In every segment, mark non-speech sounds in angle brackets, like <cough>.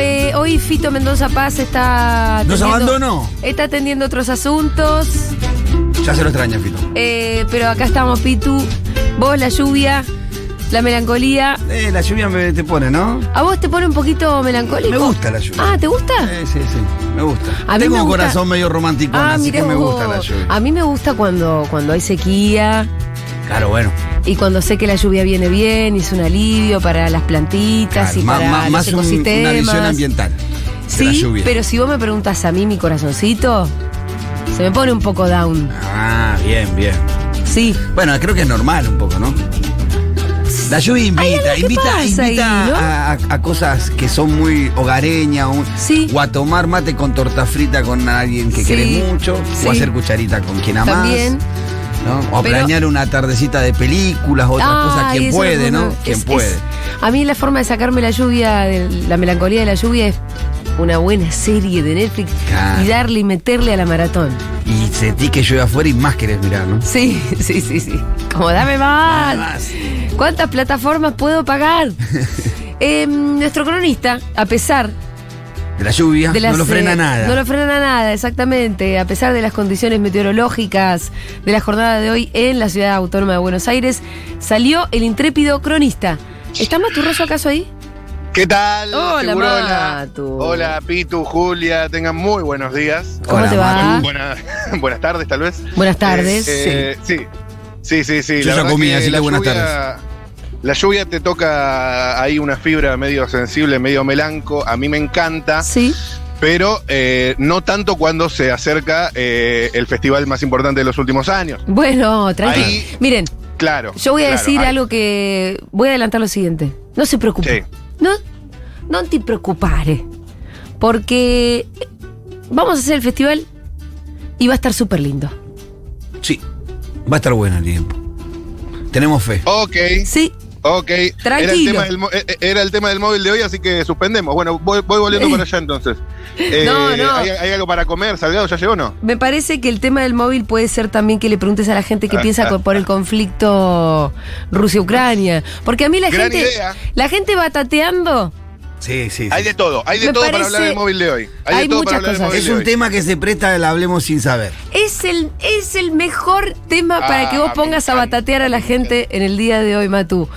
eh, Fito Mendoza Paz está. Nos atendiendo- abandonó. Está atendiendo otros asuntos. Ya se lo extraña, Fito. eh, pero acá estamos, Pitu. Vos, la lluvia, la melancolía. Eh, la lluvia me, te pone, ¿no? ¿A vos te pone un poquito melancólico? Me gusta la lluvia. Ah, ¿te gusta? Eh, sí, sí, me gusta. A mí Tengo me un gusta- corazón medio romántico, Ah, así mirá que me vos. Ah, gusta la lluvia. A mí me gusta cuando, cuando hay sequía Claro, bueno. y cuando sé que la lluvia viene bien y es un alivio para las plantitas claro, y más para más- los más un- una ecosistemas. visión ambiental. de la Sí, lluvia. pero si vos me preguntas a mí mi corazoncito, se me pone un poco down. Ah, bien, bien. Sí. Bueno, creo que es normal un poco, ¿no? La lluvia invita, algo que invita, pasa invita ahí, ¿no? a, a- a cosas que son muy hogareñas, un- Sí. o a tomar mate con torta frita con alguien que Sí. querés mucho, Sí. o a hacer cucharita con quien amás. También. ¿no? O a Pero- planear una tardecita de películas, otras cosas, Ay, quien eso puede, no- ¿no? Quien es- puede. es- a mí la forma de sacarme la lluvia, de la melancolía de la lluvia es una buena serie de Netflix Claro. y darle y meterle a la maratón. Y sentís que llueve afuera y más querés mirar, ¿no? <laughs> Sí, sí, sí, sí. Como dame más. Dame más. ¿Cuántas plataformas puedo <laughs> pagar? Em, nuestro cronista, a pesar De la lluvia, de las... no lo frena eh, nada. No lo frena nada, exactamente. A pesar de las condiciones meteorológicas de la jornada de hoy en la ciudad autónoma de Buenos Aires, salió el intrépido cronista. ¿Está Maturroso acaso ahí? ¿Qué tal? Hola, tiburona? Matu. Hola, Pitu, Julia, tengan muy buenos días. ¿Cómo Hola, te va? Matu. Buena- <laughs> buenas tardes, tal vez. Buenas Ah. tardes. Eh, eh, sí. sí, sí, sí. Yo la ya verdad comí, que así que la buenas lluvia- La lluvia te toca ahí una fibra medio sensible, medio melanco. A mí me encanta, Sí. pero eh, no tanto cuando se acerca eh, el festival más importante de los últimos años. Bueno, tranquilo. Ahí- Miren, Claro. yo voy a claro, decir ahí- algo que. Voy a adelantar lo siguiente. No se preocupe. Sí. No, no te preocupare. Porque vamos a hacer el festival y va a estar súper lindo. Sí, va a estar bueno el tiempo. Tenemos fe. Ok, Sí. ok. Era el, Tranquilo. tema del, mo- eh, eh, era el tema del móvil de hoy, así que suspendemos. Bueno, voy, voy volviendo para allá entonces. Eh, <laughs> No, no. ¿hay, hay algo para comer? ¿Salgado ya llegó o no? Me parece que el tema del móvil puede ser también que le preguntes a la gente Ah, qué piensa co- por el conflicto Rusia-Ucrania. Porque a mí la Gran gente. idea. La gente va tateando. Sí, sí. sí. Hay de todo, hay de Me todo para parece- hablar del móvil de hoy. Hay, hay de todo muchas para hablar del cosas. móvil Es de un hoy. tema que se presta al hablemos sin saber. Es el, es el mejor tema para Ah, que vos me pongas a encanta. batatear a la gente en el día de hoy, Matú.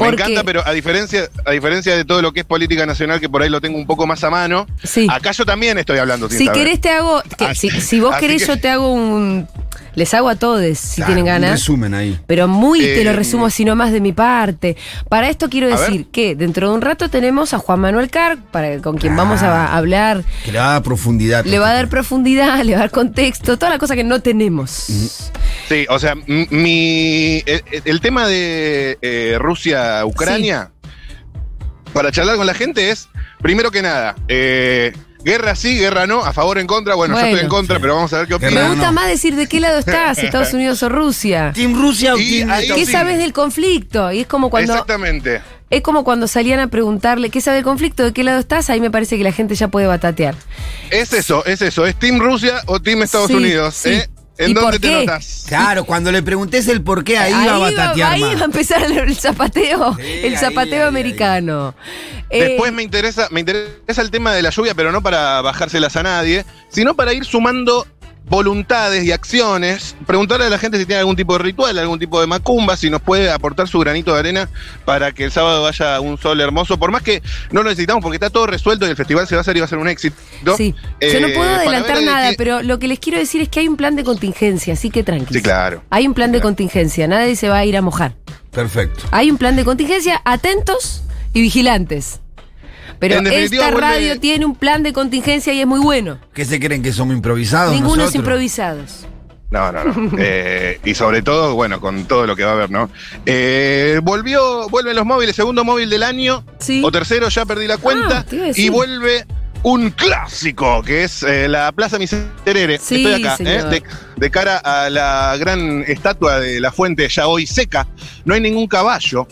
Me Porque, encanta, pero a diferencia, a diferencia de todo lo que es política nacional, que por ahí lo tengo un poco más a mano, Sí. acá yo también estoy hablando sin si saber. querés te hago. que- Así- si, si vos Ah, así querés, que- Ah, yo te hago un. Les hago a todos si Claro, tienen Un ganas. resumen ahí. Pero muy te lo Eh, resumo, sino más de mi parte. Para esto quiero A decir que dentro de un rato tenemos a Juan Manuel Carr, para, con quien vamos Ah. a hablar. Que le va a dar profundidad. Le va a dar profundidad, <laughs> le va a dar contexto, toda la cosa que no tenemos. Sí, o sea, m- mi, el, el tema de eh, Rusia-Ucrania, para charlar con la gente es, primero que nada, eh, guerra sí, guerra no, a favor, en contra. Bueno, yo estoy Bueno. en contra, pero vamos a ver qué Guerra Me Claro, opinan. gusta no. más decir de qué lado estás, Estados Unidos o Rusia. ¿Team Rusia o Y Team ahí- ¿Qué Sí. sabes del conflicto? Y es como cuando Exactamente. es como cuando salían a preguntarle ¿qué sabe del conflicto? ¿De qué lado estás? Ahí me parece que la gente ya puede batatear. Es eso, es eso. ¿Es Team Rusia o Team Estados Sí, Unidos? sí. ¿eh? ¿En ¿Y por dónde te qué? notas? Claro, cuando le preguntes el por qué, ahí, va a batatear ahí más. va a empezar el, el zapateo, Sí, el ahí, zapateo ahí, americano. Eh, Después me interesa, me interesa el tema de la lluvia, pero no para bajárselas a nadie, sino para ir sumando voluntades y acciones, preguntarle a la gente si tiene algún tipo de ritual, algún tipo de macumba, si nos puede aportar su granito de arena para que el sábado vaya un sol hermoso, por más que no lo necesitamos porque está todo resuelto y el festival se va a hacer y va a ser un éxito. sí. Yo Eh, no puedo para adelantar ver de nada, qué- pero lo que les quiero decir es que hay un plan de contingencia, así que tranquilos. Sí, claro. Hay un plan de Claro. contingencia, nadie se va a ir a mojar. Perfecto. Hay un plan de contingencia, atentos y vigilantes. Pero En definitiva, esta vuelve- radio tiene un plan de contingencia y es muy bueno. ¿Qué se creen que somos Ah, improvisados? Ninguno es nosotros? improvisados. No, <laughs> no, no. Eh, y sobre todo, bueno, con todo lo que va a haber, ¿no? Eh, volvió, vuelven los móviles, segundo móvil del año, Sí. Ah, o tercero, ya perdí la cuenta, te iba a decir. y vuelve un clásico, que es eh, la Plaza Miserere. Sí, Estoy acá, señor. ¿eh? de, de cara a la gran estatua de la fuente ya hoy seca. No hay ningún caballo.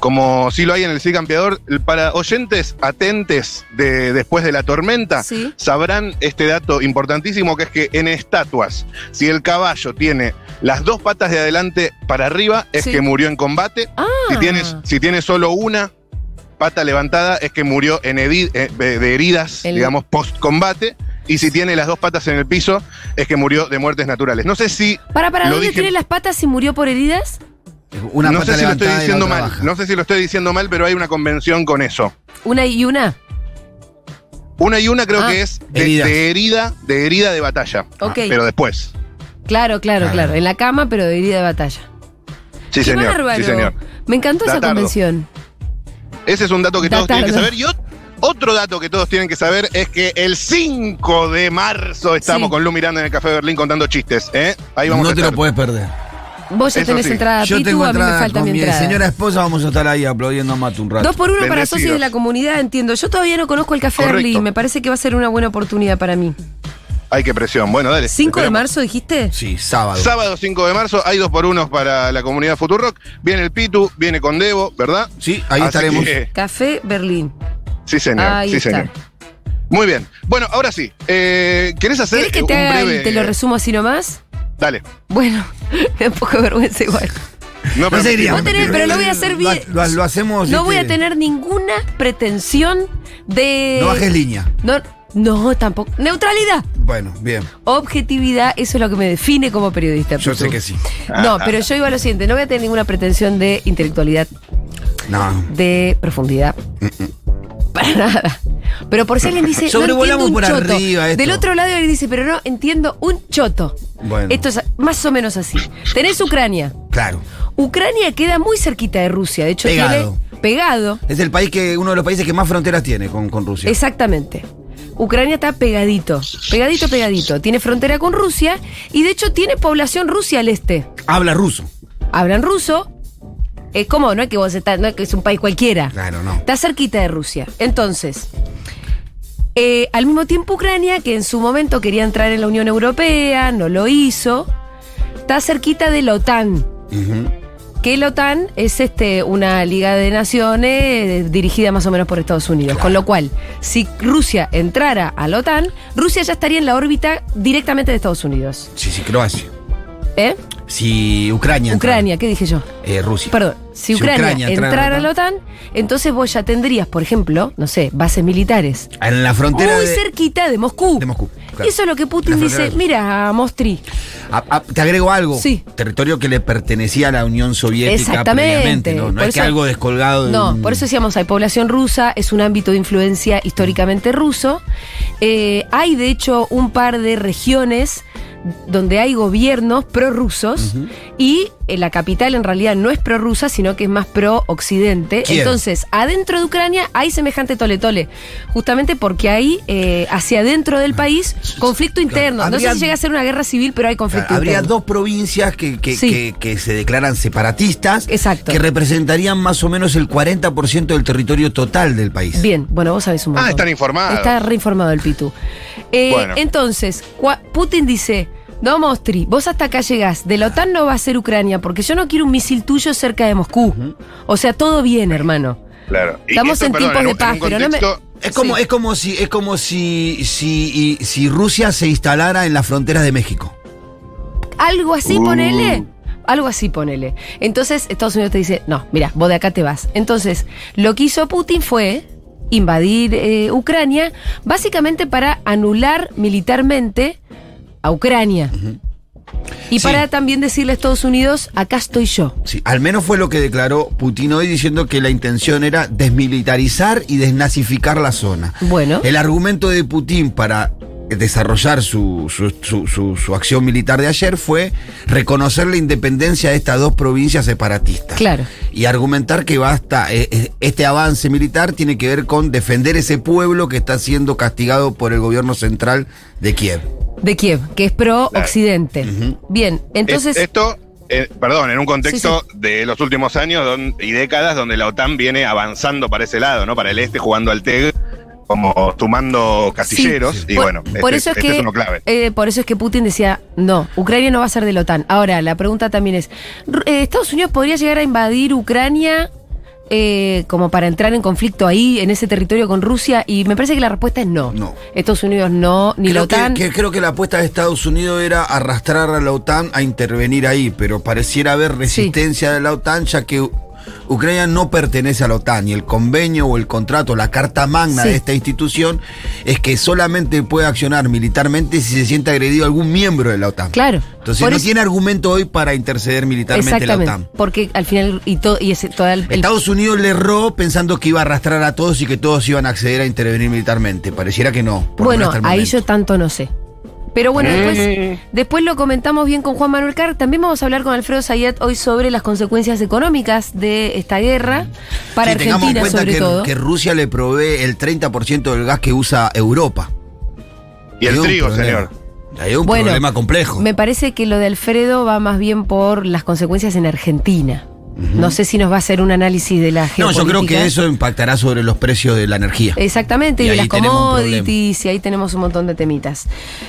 Como sí lo hay en el sí campeador, para oyentes atentes de después de la tormenta, Sí. sabrán este dato importantísimo que es que en estatuas, si el caballo tiene las dos patas de adelante para arriba, es Sí. Ah. que murió en combate. Si tienes, si tienes solo una, pata levantada es que murió en hedi- eh, de, de heridas, El- digamos, post-combate. Y si tiene las dos patas en el piso, es que murió de muertes naturales. No sé si. Para, para, Lo ¿dónde dije- tiene las patas y murió por heridas? Una no pata sé si lo levantada estoy y la diciendo otra mal. baja. No sé si lo estoy diciendo mal, pero hay una convención con eso. Una y una. Una y una creo Ah. que es de, Heridas. de herida, de herida de batalla. Ok. Ah, Pero después. Claro, claro, Claro. claro. En la cama, pero de herida de batalla. Sí, ¡Qué señor. bárbaro! Sí, señor. Me encantó esa Datardo. convención. Ese es un dato que todos Datardo. tienen que saber. Y ot- otro dato que todos tienen que saber es que el 5 de marzo estamos Sí. con Lu Miranda en el Café de Berlín contando chistes. ¿eh? Ahí vamos no a te lo estar. puedes perder. Vos ya Eso tenés sí. entrada, Yo Pitu, tengo a mí me entrada falta con mi mi entrada. señora esposa, vamos a estar ahí aplaudiendo a Matu un rato. Dos por uno para Bendecidos. socios de la comunidad, entiendo. Yo todavía no conozco el Café Correcto. Berlín. Me parece que va a ser una buena oportunidad para mí. Ay, qué presión. Bueno, dale. 5 de esperemos. marzo, dijiste. Sí, sábado. Sábado 5 de marzo, hay dos por unos para la comunidad Futurock. Viene el Pitu, viene con Debo, ¿verdad? Sí, ahí Así estaremos. que- Café Berlín. sí, señor. Ahí sí, está. señor. Muy bien. Bueno, ahora sí. eh, ¿Querés hacer ¿Querés que eh, te un haga el- breve- te lo resumo así nomás? <laughs> Dale. Bueno, me da un poco de vergüenza igual. No, pero- sería Vos tenés- pero lo voy a hacer bien. Lo, lo hacemos. No este, voy a tener eh, ninguna pretensión de. No bajes línea. No, no, tampoco. Neutralidad. Bueno, bien. Objetividad, eso es lo que me define como periodista. Yo Pitu. sé que sí. ah, No, pero yo digo lo siguiente, no voy a tener ninguna pretensión de intelectualidad, No. de profundidad. Para nada. Pero por si alguien dice, no entiendo Sobrevolamos un por choto. arriba esto. Del otro lado alguien dice, pero no entiendo un choto. Bueno. Esto es más o menos así. Tenés Ucrania. Claro. Ucrania queda muy cerquita de Rusia, de hecho Pegado. tiene pegado. Es el país que, uno de los países que más fronteras tiene con, con Rusia. Exactamente. Ucrania está pegadito, pegadito, pegadito. Tiene frontera con Rusia y de hecho tiene población Rusia al este. Habla ruso. hablan ruso. Es como, no es que vos estás, no es que es un país cualquiera. Claro, no. Está cerquita de Rusia. Entonces, eh, al mismo tiempo Ucrania, que en su momento quería entrar en la Unión Europea, no lo hizo, está cerquita de la OTAN. Ujú. Que la OTAN es este, una liga de naciones eh, dirigida más o menos por Estados Unidos. Con lo cual, si Rusia entrara a la OTAN, Rusia ya estaría en la órbita directamente de Estados Unidos. Sí, sí, Croacia. ¿Eh? Si Ucrania. entra- Ucrania, ¿qué dije yo? eh, Rusia. Perdón, si Ucrania, entra entrara a la OTAN, entonces vos ya tendrías, por ejemplo, no sé, bases militares En la frontera. muy de- cerquita de Moscú. de Moscú, claro. Y Eso es lo que Putin La dice, frontera de- mira, Mostri, A- a- te agrego algo. Sí. Territorio que le pertenecía a la Unión Soviética Exactamente. previamente, No, No Por es que eso- algo descolgado de No, un- por eso decíamos, hay población rusa, es un ámbito de influencia históricamente ruso. Eh, hay, de hecho, un par de regiones donde hay gobiernos prorrusos y eh, la capital en realidad no es prorrusa, sino que es más pro-occidente. Kiev. Entonces, adentro de Ucrania hay semejante tole-tole, justamente porque hay, eh, hacia adentro Ah, del país, conflicto interno. no sé Habría- si llega a ser una guerra civil, pero hay conflicto Claro, habría interno. dos provincias que, que- Sí. que- que se declaran separatistas, Exacto. que representarían más o menos el 40% del territorio total del país. Bien, bueno, vos sabés un montón. Ah, están informados. Está reinformado el Pitu. Eh, Bueno. Entonces, cua- Putin dice, no, Mostri, vos hasta acá llegás, de la OTAN no va a ser Ucrania, porque yo no quiero un misil tuyo cerca de Moscú. O sea, todo bien, hermano. Claro. Y Estamos esto, en perdón, tiempos un- de en paz, un pero no me... contexto- Es como, Sí. es como si, es como si, si, y- si Rusia se instalara en las fronteras de México. Algo así, ponele. Algo así, ponele. Entonces, Estados Unidos te dice, no, mira, vos de acá te vas. Entonces, lo que hizo Putin fue invadir eh, Ucrania, básicamente para anular militarmente a Ucrania. Y Sí. para también decirle a Estados Unidos, acá estoy yo. Sí, al menos fue lo que declaró Putin hoy diciendo que la intención era desmilitarizar y desnazificar la zona. Bueno. El argumento de Putin para desarrollar su, su, su- su- su acción militar de ayer fue reconocer la independencia de estas dos provincias separatistas. Claro. Y argumentar que basta, eh, eh, este avance militar tiene que ver con defender ese pueblo que está siendo castigado por el gobierno central de Kiev. De Kiev, que es pro-Occidente. Bien, entonces... Es- esto, eh, perdón, en un contexto de los últimos años don- y décadas donde la OTAN viene avanzando para ese lado, ¿no? Para el este, jugando al TEG, como sumando casilleros. Sí. Y Por- bueno, por eso este es este que, uno clave. eh, por eso es que Putin decía, no, Ucrania no va a ser de la OTAN. Ahora, la pregunta también es, Ru- eh, ¿Estados Unidos podría llegar a invadir Ucrania eh, como para entrar en conflicto ahí, en ese territorio con Rusia? Y me parece que la respuesta es no. No. Estados Unidos no, ni la Creo que- OTAN. que- creo que la apuesta de Estados Unidos era arrastrar a la OTAN a intervenir ahí, pero pareciera haber resistencia de la OTAN, ya que Ucrania no pertenece a la OTAN y el convenio o el contrato, la carta magna Sí. de esta institución es que solamente puede accionar militarmente si se siente agredido algún miembro de la OTAN. Claro. Entonces Por no eso- tiene argumento hoy para interceder militarmente la Exactamente. OTAN. Porque al final, y, todo y ese, todo el, el- Estados Unidos le erró pensando que iba a arrastrar a todos y que todos iban a acceder a intervenir militarmente. Pareciera que no. por lo Bueno, menos hasta el ahí momento. yo tanto no sé. Pero bueno, después, después lo comentamos bien con Juan Manuel Carr. También vamos a hablar con Alfredo Zayat hoy sobre las consecuencias económicas de esta guerra para Sí, tengamos en Argentina, cuenta sobre que, todo. que Rusia le provee el 30% del gas que usa Europa. Y el Hay un trigo, problema. señor. Hay un Bueno, problema complejo. Me parece que lo de Alfredo va más bien por las consecuencias en Argentina. No sé si nos va a hacer un análisis de la No, geopolítica. yo creo que eso impactará sobre los precios de la energía. Exactamente, Y y, de ahí las tenemos un commodities, y ahí tenemos un montón de temitas.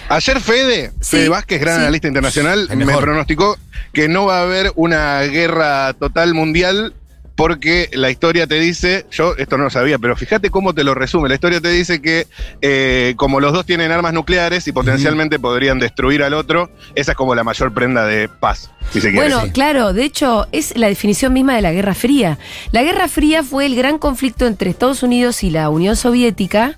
Ayer Fede, Sí, Fede Vázquez, gran sí. analista internacional, El me mejor. pronosticó que no va a haber una guerra total mundial porque la historia te dice, yo esto no lo sabía, pero fíjate cómo te lo resume, la historia te dice que eh, como los dos tienen armas nucleares y potencialmente podrían destruir al otro, esa es como la mayor prenda de paz, si se quiere. Bueno, decir? claro, de hecho es la definición misma de la Guerra Fría. La Guerra Fría fue el gran conflicto entre Estados Unidos y la Unión Soviética,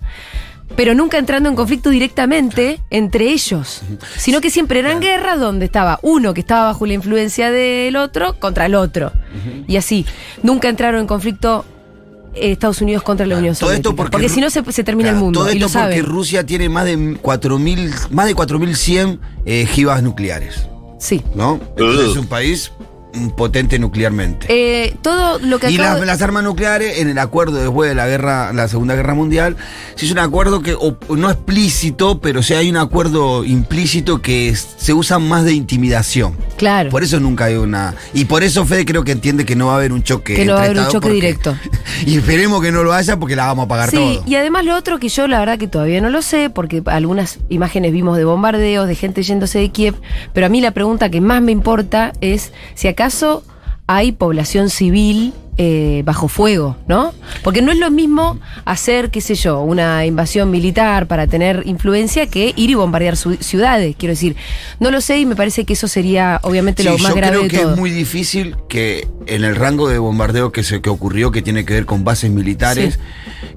pero nunca entrando en conflicto directamente entre ellos, sino que siempre eran guerras donde estaba uno que estaba bajo la influencia del otro contra el otro. Y así, nunca entraron en conflicto eh, Estados Unidos contra la Claro, Unión todo esto Soviética. porque Ru- si no se, se termina Claro, el mundo. Todo esto y lo porque saben. Rusia tiene más de 4.000, más de 4.100 eh, gibas nucleares, Sí. ¿no? Entonces Ugh. es un país mm, potente nuclearmente. Eh, todo lo que y acabo las, de- las armas nucleares en el acuerdo después de la guerra, la Segunda Guerra Mundial, se hizo un acuerdo que o- no explícito, pero o sea, hay un acuerdo implícito que es- se usa más de intimidación. Claro. Por eso nunca hay una. Y por eso Fede creo que entiende que no va a haber un choque. Que no va a entre haber un estados choque porque- directo. <laughs> Y esperemos que no lo haya porque la vamos a pagar Sí, todo. y además lo otro que yo la verdad que todavía no lo sé, porque algunas imágenes vimos de bombardeos, de gente yéndose de Kiev, pero a mí la pregunta que más me importa es si acaso hay población civil eh, bajo fuego, ¿no? Porque no es lo mismo hacer, qué sé yo, una invasión militar para tener influencia que ir y bombardear su- ciudades, quiero decir. No lo sé y me parece que eso sería obviamente lo Sí, más yo grave creo de que todo. es muy difícil que en el rango de bombardeo que se que ocurrió, que tiene que ver con bases militares,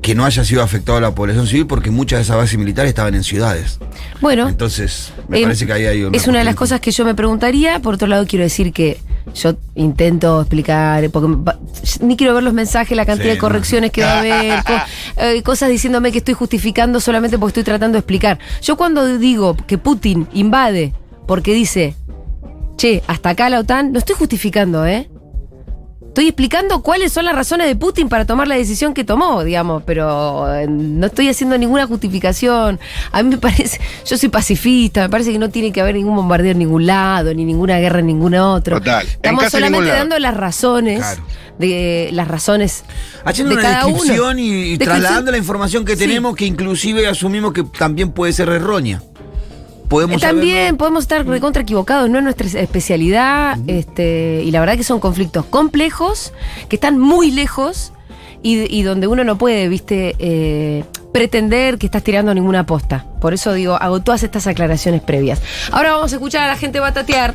que no haya sido afectada la población civil, porque muchas de esas bases militares estaban en ciudades. Bueno. Entonces, me Eh, parece que ahí hay Es una de las cuestión. cosas que yo me preguntaría. Por otro lado, quiero decir que yo intento explicar, porque me va- ni quiero ver los mensajes, la cantidad Sí, de no. correcciones que va a <laughs> haber, co- eh, cosas diciéndome que estoy justificando solamente porque estoy tratando de explicar. Yo cuando digo que Putin invade porque dice, che, hasta acá la OTAN, no estoy justificando, ¿eh? Estoy explicando cuáles son las razones de Putin para tomar la decisión que tomó, digamos, pero eh, no estoy haciendo ninguna justificación. A mí me parece, yo soy pacifista, me parece que no tiene que haber ningún bombardeo en ningún lado, ni ninguna guerra en ningún otro. Total, en Estamos casi solamente ningún lado. dando las razones Claro. de las razones Haciendo de una cada descripción uno. y, y Descripción. trasladando la información que Sí. tenemos, que inclusive asumimos que también puede ser errónea. Eh, Podemos saber- También podemos estar Mm. recontra equivocados, no es nuestra especialidad, este, y la verdad que son conflictos complejos, que están muy lejos, y, y donde uno no puede, viste, eh, pretender que estás tirando ninguna aposta. Por eso digo, hago todas estas aclaraciones previas. Ahora vamos a escuchar a la gente batatear.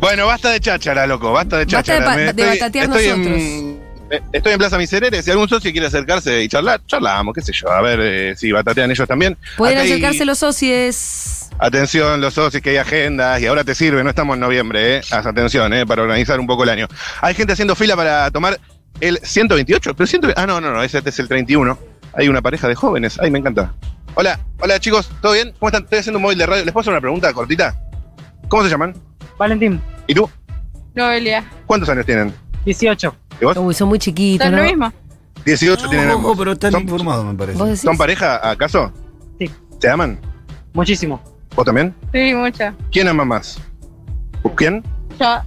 Bueno, basta de cháchara, loco, basta de Basta de cháchara. pa- Me- de batatear En, eh, estoy en Plaza Miserere, si algún socio quiere acercarse y charlar, charlamos, qué sé yo, a ver eh, si batatean ellos también. Pueden Acá hay- acercarse los socios. Atención, los socios, que hay agendas y ahora te sirve, no estamos en noviembre, ¿eh? Haz atención, ¿eh? Para organizar un poco el año. Hay gente haciendo fila para tomar el 128, pero 100 Ah, no, no, no, ese este es el 31. Hay una pareja de jóvenes, ay, me encanta. Hola, hola chicos, ¿todo bien? ¿Cómo están? Estoy haciendo un móvil de radio. ¿Les puedo hacer una pregunta cortita? ¿Cómo se llaman? Valentín, ¿Y tú? Noelia. ¿Cuántos años tienen? 18. ¿Y vos? Uy, son muy chiquitos, ¿Son lo ¿no? mismo? 18 tienen Ojo, ambos. pero están Son- informados, me parece. ¿Vos decís? ¿Son pareja acaso? Sí. ¿Se aman? Muchísimo. ¿Vos también? Sí, mucho. ¿Quién ama más? ¿Quién? Yo.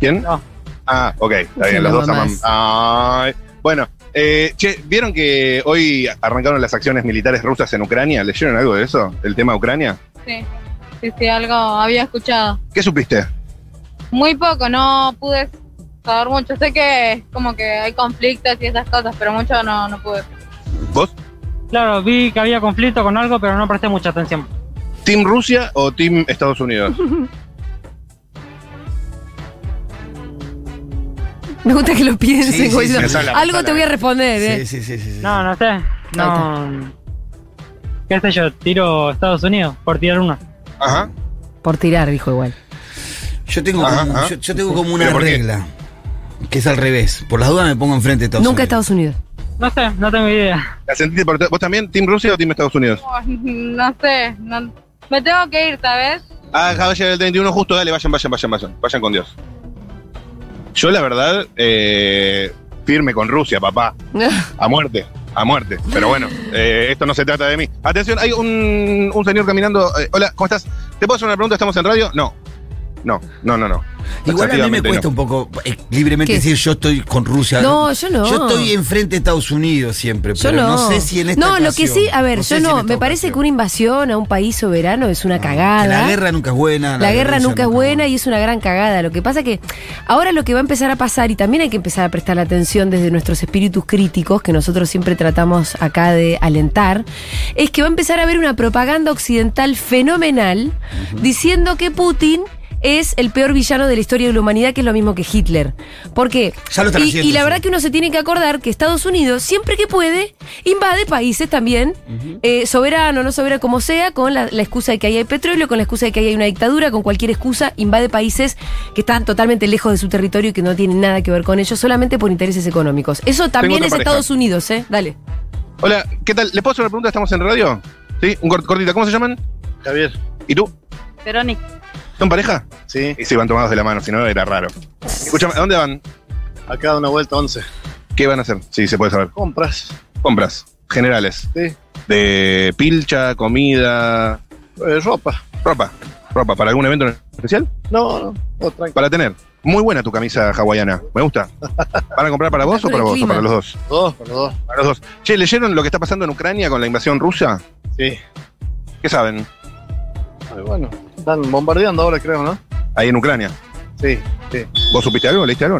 ¿Quién? No. Ah, ok, está Sí, bien, los los dos aman. mamás. Ay. Bueno, eh, che, ¿vieron que hoy arrancaron las acciones militares rusas en Ucrania? ¿Leyeron algo de eso? ¿El tema Ucrania? Sí. Sí, sí, algo había escuchado. ¿Qué supiste? Muy poco, no pude saber mucho. Sé que como que hay conflictos y esas cosas, pero mucho no, no pude. <laughs> ¿Vos? Claro, vi que había conflicto con algo, pero no presté mucha atención. ¿Team Rusia o Team <laughs> Estados Unidos? Me gusta que lo piensen, Sí, sí, güey, sí, no. sí, sí. Algo te voy a responder, Sí, ¿eh? sí, sí, sí, sí. No, no sé. No. ¿Qué sé yo? Tiro Estados Unidos por tirar una. ¿eh? Ajá. Por tirar, dijo igual. Yo tengo, Ajá, como, ajá. Yo, yo tengo como una ¿Pero por qué? regla, que es al revés. Por las dudas me pongo enfrente de Estados Nunca Unidos. Estados Unidos. No sé, no tengo idea. ¿La sentiste por- ¿Vos también, Team Rusia o Team Estados Unidos? No sé, no- me tengo que ir, ¿sabes? Ah, Caballero del 31 justo, dale, vayan, vayan, vayan, vayan. Vayan con Dios. Yo, la verdad, eh, firme con Rusia, papá. A muerte, a muerte. Pero bueno, eh, esto no se trata de mí. Atención, hay un, un señor caminando. eh, hola, ¿cómo estás? ¿Te puedo hacer una pregunta? ¿Estamos en radio? No. No, no, no, no. Igual a mí me Exactamente, cuesta no. un poco eh, libremente ¿Qué? decir yo estoy con Rusia. No, yo no. Yo estoy enfrente de Estados Unidos siempre, Yo pero no. no. sé si en esta No, lo que ocasión, sí, a ver, no sé yo si en no. esta Me parece ocasión. Ah, que una invasión a un país soberano es una cagada. Que La guerra nunca es buena. La guerra violencia nunca es buena y es una gran cagada. Lo que pasa que ahora lo que va a empezar a pasar, y también hay que empezar a prestar atención desde nuestros espíritus críticos, que nosotros siempre tratamos acá de alentar, es que va a empezar a haber una propaganda occidental fenomenal diciendo que Putin es el peor villano de la historia de la humanidad, que es lo mismo que Hitler. Porque, Ya lo están y, haciendo, y la sí. verdad que uno se tiene que acordar que Estados Unidos, siempre que puede, invade países también, eh, soberano, no soberano, como sea, con la, la excusa de que ahí hay petróleo, con la excusa de que ahí hay una dictadura, con cualquier excusa, invade países que están totalmente lejos de su territorio y que no tienen nada que ver con ellos, solamente por intereses económicos. Eso también otra es pareja. Estados Unidos, ¿eh? Dale. Hola, ¿qué tal? ¿Les puedo hacer una pregunta? ¿Estamos en radio? Sí, un cort- cortita. ¿Cómo se llaman? Javier, ¿Y tú? Verónica. ¿Son pareja? sí, Y se van tomados de la mano, si no era raro. Escúchame, ¿a dónde van? acá da una vuelta 11. ¿Qué van a hacer? Sí, se puede saber. Compras, Compras generales. sí, De pilcha, comida, eh, ropa. ropa. Ropa, ¿para algún evento en especial? No, no, no, tranquilo. Para tener. Muy buena tu camisa hawaiana. Me gusta. ¿Van a comprar para vos o para vos? O para los dos. Dos, para dos. Para los dos. Che, ¿leyeron lo que está pasando en Ucrania con la invasión rusa? Sí. ¿Qué saben? Ah, Bueno, están bombardeando ahora, creo, ¿no? Ahí en Ucrania. Sí, sí. ¿Vos supiste algo? ¿Leíste algo?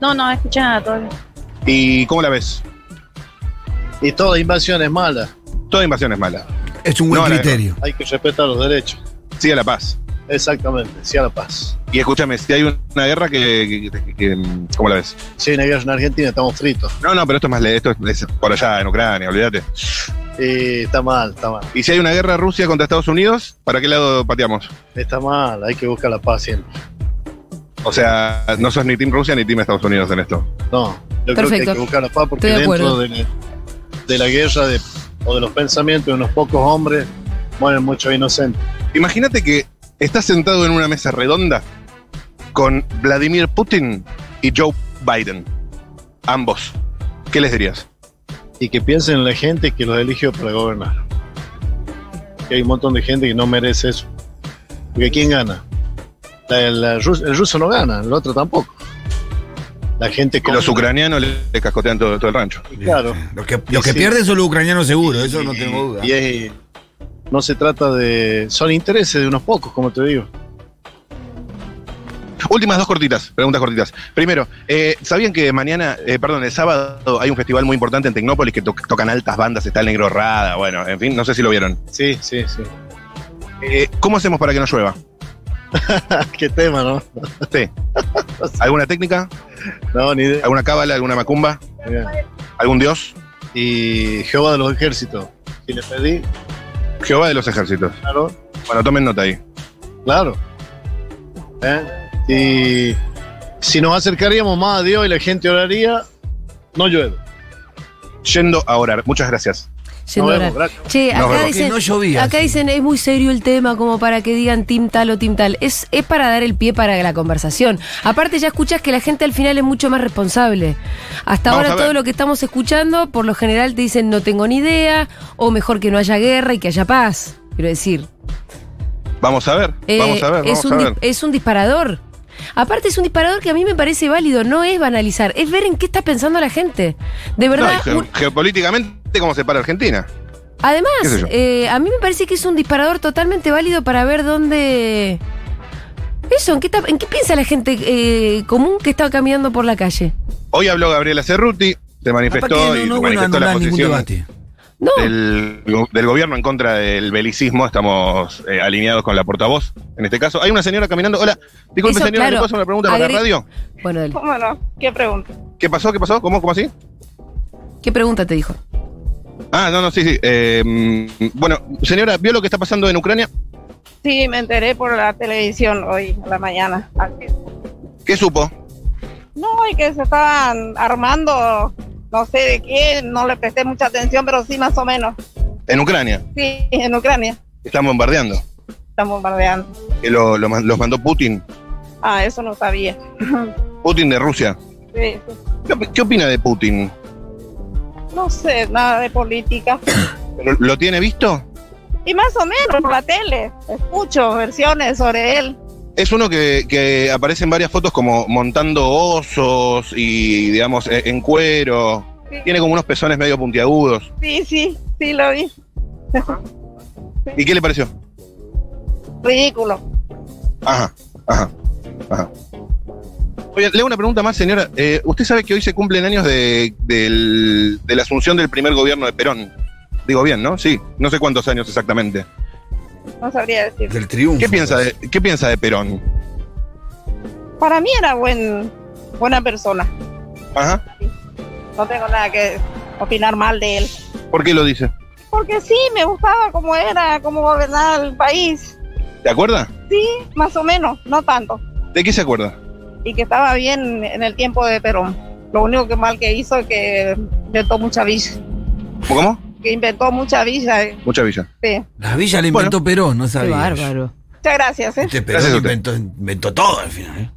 No, no, escuché nada todavía. ¿Y cómo la ves? Y toda invasión es mala. Toda invasión es mala. Es un buen No, la- criterio. Hay que respetar los derechos. Sigue la paz. Exactamente, sí a la paz. Y escúchame, si hay una guerra que, que- que- que- ¿Cómo la ves? Si hay una guerra en Argentina, estamos fritos. No, no, pero esto es más... le- Esto es, es por allá, en Ucrania, olvídate. Y está mal, está mal. Y si hay una guerra Rusia contra Estados Unidos, ¿para qué lado pateamos? Está mal, hay que buscar la paz siempre. O sea, no sos ni Team Rusia ni Team Estados Unidos en esto. No, yo creo que hay Perfecto. que buscar la paz porque Estoy de dentro acuerdo. de, de la guerra de- o de los pensamientos de unos pocos hombres mueren muchos inocentes. Imagínate que estás sentado en una mesa redonda con Vladimir Putin y Joe Biden. Ambos. ¿Qué les dirías? y que piensen en la gente que los eligió para gobernar. Que hay un montón de gente que no merece eso. Porque ¿quién gana? La- la rus- el ruso no gana, el otro tampoco. La gente Que con- los ucranianos le, le cascotean todo, todo el rancho. Claro. Los que, los que Sí. pierden son los ucranianos seguro, eso no tengo duda. Y es- no se trata de. Son intereses de unos pocos, como te digo. Últimas dos cortitas, preguntas cortitas. Primero, eh, ¿sabían que mañana, eh, perdón, el sábado hay un festival muy importante en Tecnópolis que to- tocan altas bandas? Está el Negro Rada, bueno, en fin, no sé si lo vieron. Sí, sí, <laughs> sí. Eh, ¿Cómo hacemos para que no llueva? Qué tema, ¿no? Sí. ¿Alguna técnica? No, ni <laughs> idea. ¿Alguna cábala? ¿Alguna macumba? Mirá. ¿Algún dios? Y Jehová de los ejércitos. Si le pedí, Jehová de los ejércitos. claro, Bueno, tomen nota ahí. Claro. ¿Eh? Y si nos acercaríamos más a Dios y la gente oraría, no llueve. Yendo a orar. Muchas gracias. No Yendo a orar. vemos, gracias. Che, No, acá porque dicen, no llovía, acá sí. dicen, es muy serio el tema, como para que digan team tal o team tal. Es, es para dar el pie para la conversación. Aparte, ya escuchas que la gente al final es mucho más responsable. Hasta Vamos ahora a ver. todo lo que estamos escuchando, por lo general te dicen no tengo ni idea, o mejor que no haya guerra y que haya paz. Quiero decir. Vamos a ver. Eh, vamos a ver. es, Vamos un a di- ver. es un disparador. Aparte es un disparador que a mí me parece válido, no es banalizar, es ver en qué está pensando la gente. De No, verdad, y ge- un- geopolíticamente, ¿cómo se para Argentina? Además, ¿Qué sé yo? eh, a mí me parece que es un disparador totalmente válido para ver dónde. Eso, ¿en qué, ta- en qué piensa la gente eh, común que está caminando por la calle? Hoy habló Gabriela Cerruti, se Aparte manifestó que y no, no, bueno, manifestó la anular ningún posición. debate. No. del, del gobierno en contra del belicismo. Estamos eh, alineados con la portavoz. En este caso, hay una señora caminando. Hola, disculpe, Eso, señora, ¿le claro. puedo hacer una pregunta para Agri- la radio? Bueno, dale. ¿Cómo no? ¿Qué pregunta? ¿Qué pasó? ¿Qué pasó? ¿Cómo? ¿Cómo así? ¿Qué pregunta te dijo? Ah, no, no, sí, sí. Eh, mm, bueno, señora, ¿vio lo que está pasando en Ucrania? Sí, me enteré por la televisión hoy, a la mañana. Así es. ¿Qué supo? No, y que se estaban armando, no sé de quién, no le presté mucha atención, pero sí más o menos. En Ucrania. Sí, en Ucrania Están bombardeando. están bombardeando. Que lo- lo man- los mandó Putin. Ah, eso no sabía. Putin de Rusia. Sí, sí. ¿Qué, op- qué opina de Putin? No sé nada de política. ¿Lo, lo tiene visto? Y más o menos por la tele. Escucho versiones sobre él. Es uno que, que aparece en varias fotos como montando osos y, digamos, e- en cuero. Sí, Tiene como unos pezones medio puntiagudos. sí, sí, sí, lo vi. ¿Y qué le pareció? Ridículo. Ajá, ajá, ajá. Oye, le hago una pregunta más, señora. Eh, usted sabe que hoy se cumplen años de, del- de la asunción del primer gobierno de Perón. Digo bien, ¿no? Sí, no sé cuántos años exactamente. No sabría decir. Del triunfo. ¿Qué piensa de, qué piensa de Perón? Para mí era buen, buena persona. Ajá. No tengo nada que opinar mal de él. ¿Por qué lo dice? Porque sí, me gustaba cómo era, cómo gobernaba el país. ¿Te acuerda? Sí, más o menos, no tanto. ¿De qué se acuerda? Y que estaba bien en el tiempo de Perón. Lo único que mal que hizo es que inventó mucha villa. ¿Cómo? Que inventó mucha villa. eh. Mucha villa. Sí. La villa la inventó Perón, no Qué sabía. bárbaro. Muchas gracias, ¿eh? Este Gracias Perón a usted. inventó, inventó todo al final. ¿eh?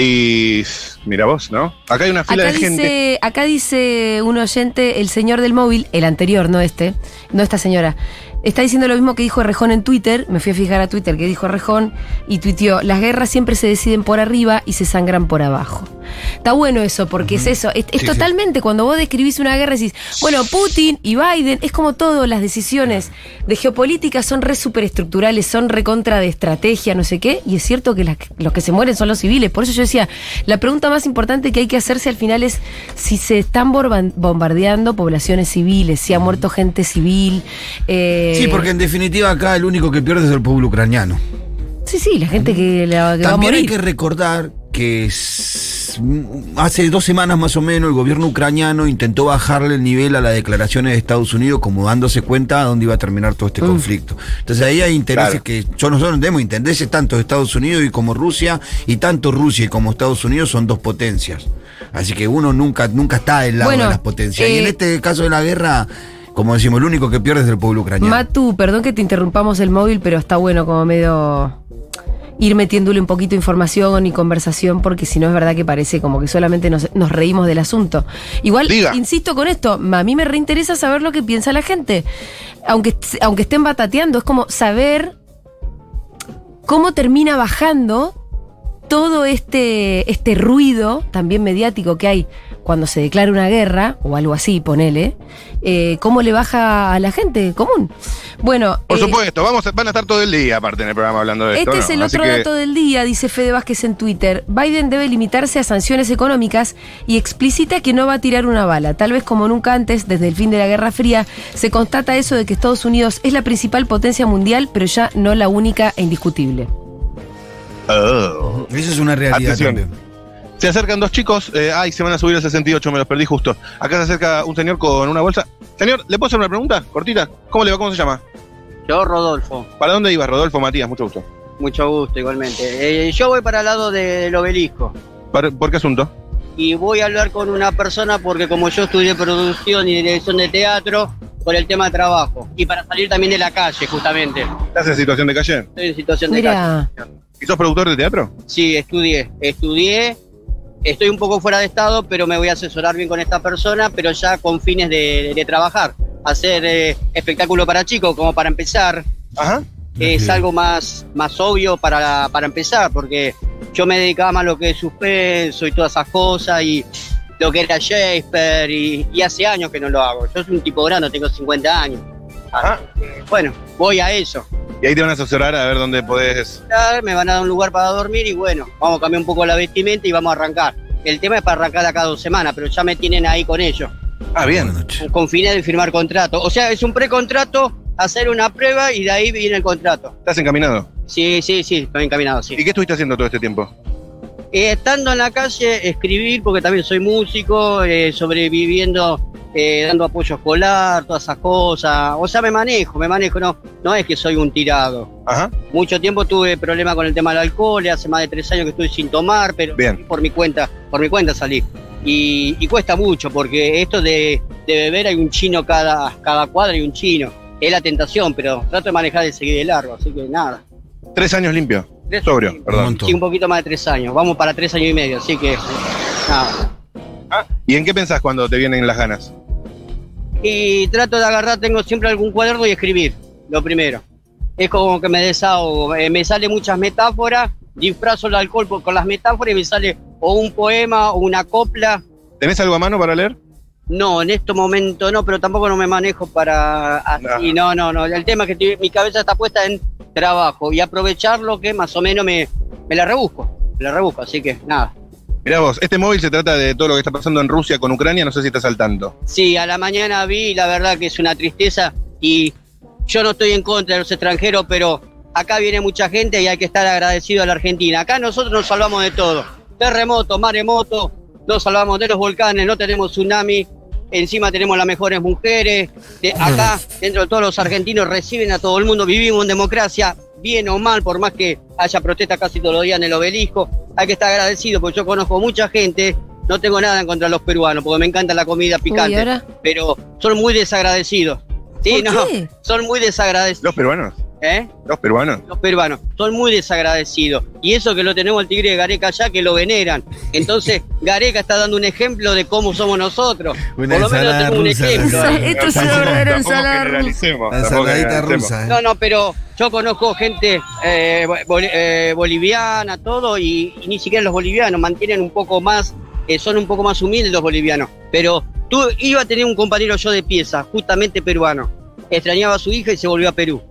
Y mira vos, ¿no? Acá hay una fila Acá de gente. dice, acá dice un oyente, el señor del móvil, el anterior, no este, no esta señora. Está diciendo lo mismo que dijo Rejón en Twitter. Me fui a fijar a Twitter que dijo Rejón y tuiteó: Las guerras siempre se deciden por arriba y se sangran por abajo. Está bueno eso, porque es eso. Es, es Sí, sí. totalmente cuando vos describís una guerra, decís: Bueno, Putin y Biden, es como todo, las decisiones de geopolítica son re superestructurales, son recontra de estrategia, no sé qué. Y es cierto que las- los que se mueren son los civiles. Por eso yo decía: La pregunta más importante que hay que hacerse al final es si se están borban- bombardeando poblaciones civiles, si ha muerto gente civil. eh, Sí, porque en definitiva acá el único que pierde es el pueblo ucraniano. Sí, sí, la gente que, la, que va a También hay morir. que recordar que s- m- hace dos semanas más o menos el gobierno ucraniano intentó bajarle el nivel a las declaraciones de Estados Unidos como dándose cuenta a dónde iba a terminar todo este conflicto. Entonces ahí hay intereses Claro. que yo nosotros tenemos intereses tanto de Estados Unidos y como Rusia y tanto Rusia y como Estados Unidos son dos potencias. Así que uno nunca nunca está del lado Bueno, de las potencias. y en eh, este caso de la guerra, como decimos, el único que pierde es el pueblo ucraniano. Matu, perdón que te interrumpamos el móvil, pero está bueno como medio ir metiéndole un poquito de información y conversación, porque si no es verdad que parece como que solamente nos, nos reímos del asunto. Igual, Diga. insisto con esto, a mí me reinteresa saber lo que piensa la gente. Aunque, est- aunque estén batateando, es como saber cómo termina bajando todo este, este ruido también mediático que hay cuando se declara una guerra o algo así, ponele, eh, cómo le baja a la gente común. Bueno, Por eh, supuesto, vamos a- van a estar todo el día aparte en el programa hablando de esto. este es ¿no? el Así otro que- dato del día, dice Fede Vázquez en Twitter. Biden debe limitarse a sanciones económicas y explicita que no va a tirar una bala. Tal vez como nunca antes, desde el fin de la Guerra Fría, se constata eso de que Estados Unidos es la principal potencia mundial, pero ya no la única e indiscutible. Oh. Eso es una realidad Atención. también. Se acercan dos chicos. eh, ay, se van a subir al 68, me los perdí justo. Acá se acerca un señor con una bolsa. Señor, ¿le puedo hacer una pregunta? Cortita. ¿Cómo le va? ¿Cómo se llama? Yo, Rodolfo, ¿Para dónde ibas, Rodolfo Matías? Mucho gusto. mucho gusto igualmente. Eh, yo voy para el lado del obelisco ¿Para- ¿Por qué asunto? y voy a hablar con una persona porque como yo estudié producción y dirección de teatro, por el tema de trabajo y para salir también de la calle justamente. ¿Estás en situación de calle? Estoy en situación de calle. Mira, ¿Y sos productor de teatro? Sí, estudié, estudié. Estoy un poco fuera de estado, pero me voy a asesorar bien con esta persona, pero ya con fines de, de trabajar. Hacer eh, espectáculo para chicos, como para empezar, Ajá. es algo más, más obvio para, para empezar, porque yo me dedicaba más a lo que es suspenso y todas esas cosas, y lo que era Shakespeare, y, y hace años que no lo hago. Yo soy un tipo grande, tengo 50 años. Ajá. Bueno, voy a eso. Y ahí te van a asesorar a ver dónde podés. Ya Me van a dar un lugar para dormir y bueno, vamos a cambiar un poco la vestimenta y vamos a arrancar. El tema es para arrancar acá dos semanas, pero ya me tienen ahí con ellos. Ah, bien. Buenas noches. con fines de firmar contrato. O sea, es un precontrato, hacer una prueba y de ahí viene el contrato. Estás encaminado. Sí, sí, sí, estoy encaminado, sí. ¿Y qué estuviste haciendo todo este tiempo? Eh, estando en la calle, escribir, porque también soy músico, eh, sobreviviendo, eh, dando apoyo escolar, todas esas cosas. O sea, me manejo, me manejo, no, no es que soy un tirado. Ajá. Mucho tiempo tuve problemas con el tema del alcohol, hace más de tres años que estoy sin tomar, pero Bien. por mi cuenta, por mi cuenta salí. Y, y cuesta mucho, porque esto de, de beber hay un chino cada, cada cuadra y un chino. Es la tentación, pero trato de manejar de seguir de largo, así que nada. Tres años limpio. Tres- Sobrio, Un perdón. montón. Sí, un poquito más de tres años. Vamos para tres años y medio, así que nada. Ah, ¿Y en qué pensás cuando te vienen las ganas? Y trato de agarrar, tengo siempre algún cuaderno y escribir, lo primero. Es como que me desahogo, eh, me salen muchas metáforas, disfrazo el alcohol por- con las metáforas y me sale o un poema o una copla. ¿Tenés algo a mano para leer? No, en este momento no, pero tampoco no me manejo para así. No, no, no. El tema es que estoy- mi cabeza está puesta en trabajo y aprovechar lo que más o menos me, me la rebusco. Me la rebusco, así que nada. Mirá vos, este móvil se trata de todo lo que está pasando en Rusia con Ucrania, no sé si estás al tanto. Sí, a la mañana vi, la verdad que es una tristeza y yo no estoy en contra de los extranjeros, pero acá viene mucha gente y hay que estar agradecido a la Argentina. Acá nosotros nos salvamos de todo. Terremoto, maremoto, nos salvamos de los volcanes, no tenemos tsunami, encima tenemos las mejores mujeres. De- acá, dentro de todos los argentinos, reciben a todo el mundo, vivimos en democracia, bien o mal, por más que haya protestas casi todos los días en el obelisco. Hay que estar agradecido, porque yo conozco mucha gente, no tengo nada en contra de los peruanos, porque me encanta la comida picante Uy, ahora. pero son muy desagradecidos. Sí, ¿Por no, qué? son muy desagradecidos. ¿Los peruanos? ¿eh? ¿Los peruanos? Los peruanos son muy desagradecidos. Y eso que lo tenemos el tigre de Gareca allá, que lo veneran. <laughs> Entonces, Gareca está dando un ejemplo de cómo somos nosotros. Una Por lo menos ensalada tenemos un rusa, ejemplo. la- ahí. Esto es una Tampoco- verdadera Tampoco ensalada rusa. generalicemos, La tampoco ensaladita generalicemos. rusa, No, ¿eh? no, pero yo conozco gente eh, bol- eh, boliviana, todo, y, y ni siquiera los bolivianos mantienen un poco más, eh, son un poco más humildes los bolivianos. Pero tú iba a tener un compañero yo de pieza, justamente peruano. Extrañaba a su hija y se volvió a Perú.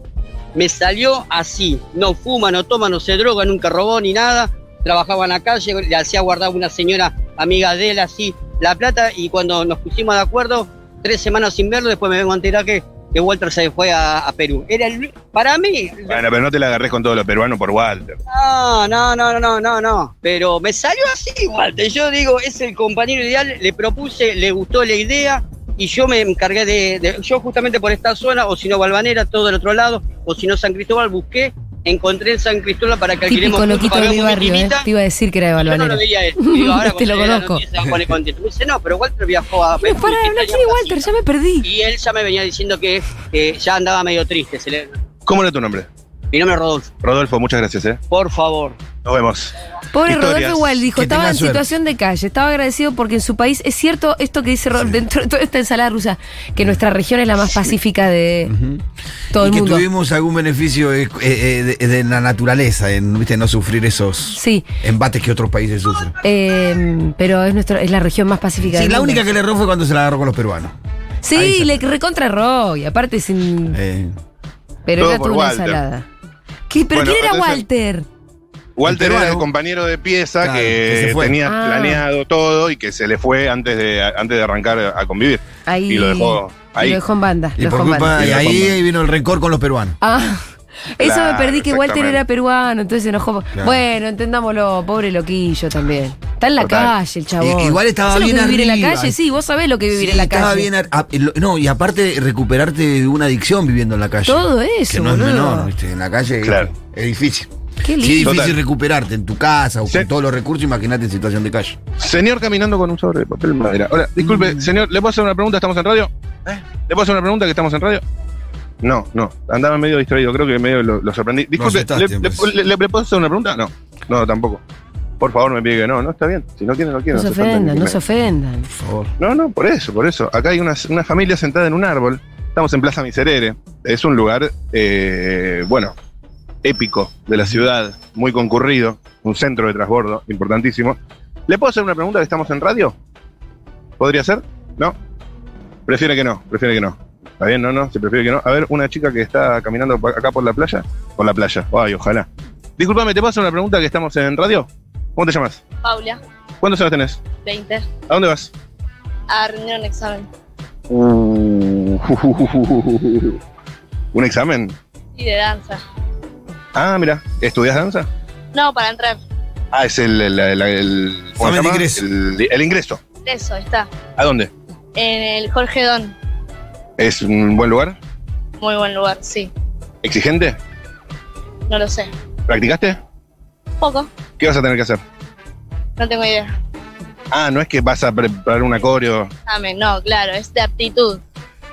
Me salió así, no fuma, no toma, no se droga, nunca robó ni nada. Trabajaba en la calle, le hacía guardar una señora amiga de él así la plata y cuando nos pusimos de acuerdo, tres semanas sin verlo, después me vengo a enterar que, que Walter se fue a, a Perú. Era el, para mí, Bueno, pero no te la agarres con todos los peruanos por Walter. no, no, no, no, no, no. Pero me salió así, Walter. Yo digo, es el compañero ideal, le propuse, le gustó la idea y yo me encargué de, de- yo justamente por esta zona, o si no Balvanera, todo el otro lado, o si no San Cristóbal, busqué, encontré en San Cristóbal para que Típico alquilemos todo, loquito de pagamos mi una barrio, ¿eh? quinita. Te iba a decir que era de Yo no Balvanera. lo veía a él. <laughs> Digo, ahora Te lo cuando le da la conozco. noticia se va a poner contento. Me dice, no, pero Walter viajó a Pero Perú, este pará, que no tenía quiere una Walter, cita. ya me perdí. Y él ya me venía diciendo que eh, ya andaba medio triste. Se le... ¿Cómo era tu nombre? Mi nombre es Rodolfo, Rodolfo, muchas gracias, ¿eh? por favor. Nos vemos. Pobre Historias. Rodolfo igual dijo, Que estaba tengan en suerte. situación de calle, estaba agradecido porque en su país, es cierto esto que dice Rodolfo, dentro de toda esta ensalada rusa, que nuestra región es la más pacífica de Ujú. todo y el que mundo. tuvimos algún beneficio eh, eh, de, de la naturaleza, en ¿viste? no sufrir esos Sí, embates que otros países sufren. eh, pero es nuestra, es la región más pacífica Sí, del la mundo. única que le erró fue cuando se la agarró con los peruanos. ahí Sí, se- le recontrarró y aparte sin... Eh, pero todo era por toda una Walter. ensalada. ¿Qué? ¿Pero Bueno, quién era entonces- Walter? Walter Pero- era el compañero de pieza Claro, que que, se fue. tenía Ah. planeado todo y que se le fue antes de, antes de arrancar a convivir. Ahí, Y lo dejó ahí. lo dejó en banda. y lo por dejó en culpa, banda. y banda. ahí vino el rencor con los peruanos. Ah, eso me Claro, perdí que Walter exactamente. era peruano, entonces se enojó. Claro. Bueno, entendámoslo, pobre loquillo también. Está en la Total. calle el chabón. I- igual estaba ¿Sabés lo bien que es vivir en la arriba. calle, sí, vos sabés lo que es vivir Sí, en la estaba calle. bien ar- a- lo- no, y aparte recuperarte de una adicción viviendo en la calle. Todo eso, Que no es boludo. menor, ¿viste? En la calle Claro. es difícil. Qué Sí, es lindo. difícil Total. recuperarte en tu casa o Sí. con todos los recursos, imagínate en situación de calle. Señor caminando con un sobre de papel madera. Ahora, disculpe, señor, ¿le puedo hacer una pregunta? ¿Estamos en radio? ¿Eh? ¿Le puedo hacer una pregunta que estamos en radio? No, no, andaba medio distraído, creo que medio lo, lo sorprendí. Disculpe, asustás, ¿le, tiempo, le- sí. le- le- le puedo hacer una pregunta? No, no, tampoco. Por favor, me pide que no, no, está bien. Si no quieren, no No quieren. se hace falta ofendan, ni- no se ofendan. Por favor. No, no, por eso, por eso. Acá hay una, una familia sentada en un árbol. Estamos en Plaza Miserere. Es un lugar, eh, bueno, épico de la ciudad, muy concurrido, un centro de transbordo importantísimo. ¿Le puedo hacer una pregunta que estamos en radio? ¿Podría ser? ¿No? Prefiere que no, prefiere que no. ¿Está bien? No, no, se prefiere que no. A ver, una chica que está caminando pa- acá por la playa. Por la playa. Ay, ojalá. Disculpame, ¿te puedo hacer una pregunta que estamos en radio? ¿Cómo te llamas? Paula, ¿Cuántos años tenés? 20. ¿A dónde vas? a rendir un examen. Uh, un examen. Y de danza. Ah, mira, ¿estudias danza? No, para entrar. Ah, es el, el, el, el- ¿cómo Examen de se llama? ingreso. El- el ingreso. Eso, está. ¿A dónde? En el Jorge Don. ¿Es un buen lugar? Muy buen lugar, sí. ¿Exigente? No lo sé. ¿Practicaste? Poco. ¿Qué vas a tener que hacer? No tengo idea. Ah, no es que vas a preparar un acorio. Examen, no, claro, es de aptitud.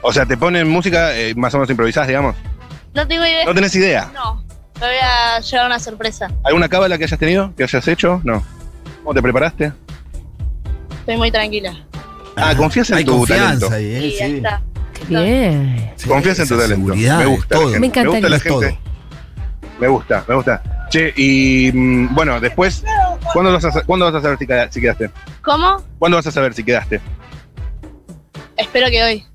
O sea, te ponen música eh, más o menos improvisás, digamos. No tengo idea. No tenés idea. No. Me voy a llevar una sorpresa. ¿Alguna cábala que hayas tenido? ¿Que hayas hecho? No. ¿Cómo te preparaste? Estoy muy tranquila. Ah, confías en Hay tu confianza talento. ahí, Y ¿eh? ya Sí. está. Qué bien. Sí, Confías en tu esa talento. seguridad, Me gusta. todo. la gente. Me encanta gusta la el todo. gente. Me gusta, me gusta. Che, y mm, bueno, después, ¿cuándo vas a, sa- ¿cuándo vas a saber si, ca- si quedaste? ¿Cómo? ¿Cuándo vas a saber si quedaste? Espero que hoy.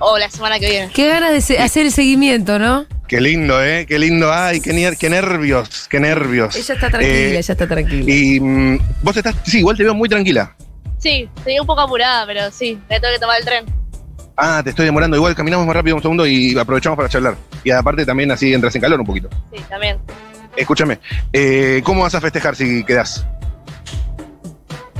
O la semana que viene. Qué ganas de se- hacer el seguimiento, ¿no? Qué lindo, ¿eh? Qué lindo. Ay, qué, nier- qué nervios, qué nervios. Ella está tranquila, Eh, ella está tranquila. Y mm, vos estás, sí, igual te veo muy tranquila. Sí, estoy un poco apurada, pero sí, me tengo que tomar el tren. Ah, te estoy demorando. Igual caminamos más rápido un segundo y aprovechamos para charlar. Y aparte también así entras en calor un poquito. Sí, también. Escúchame, eh, ¿cómo vas a festejar si quedás?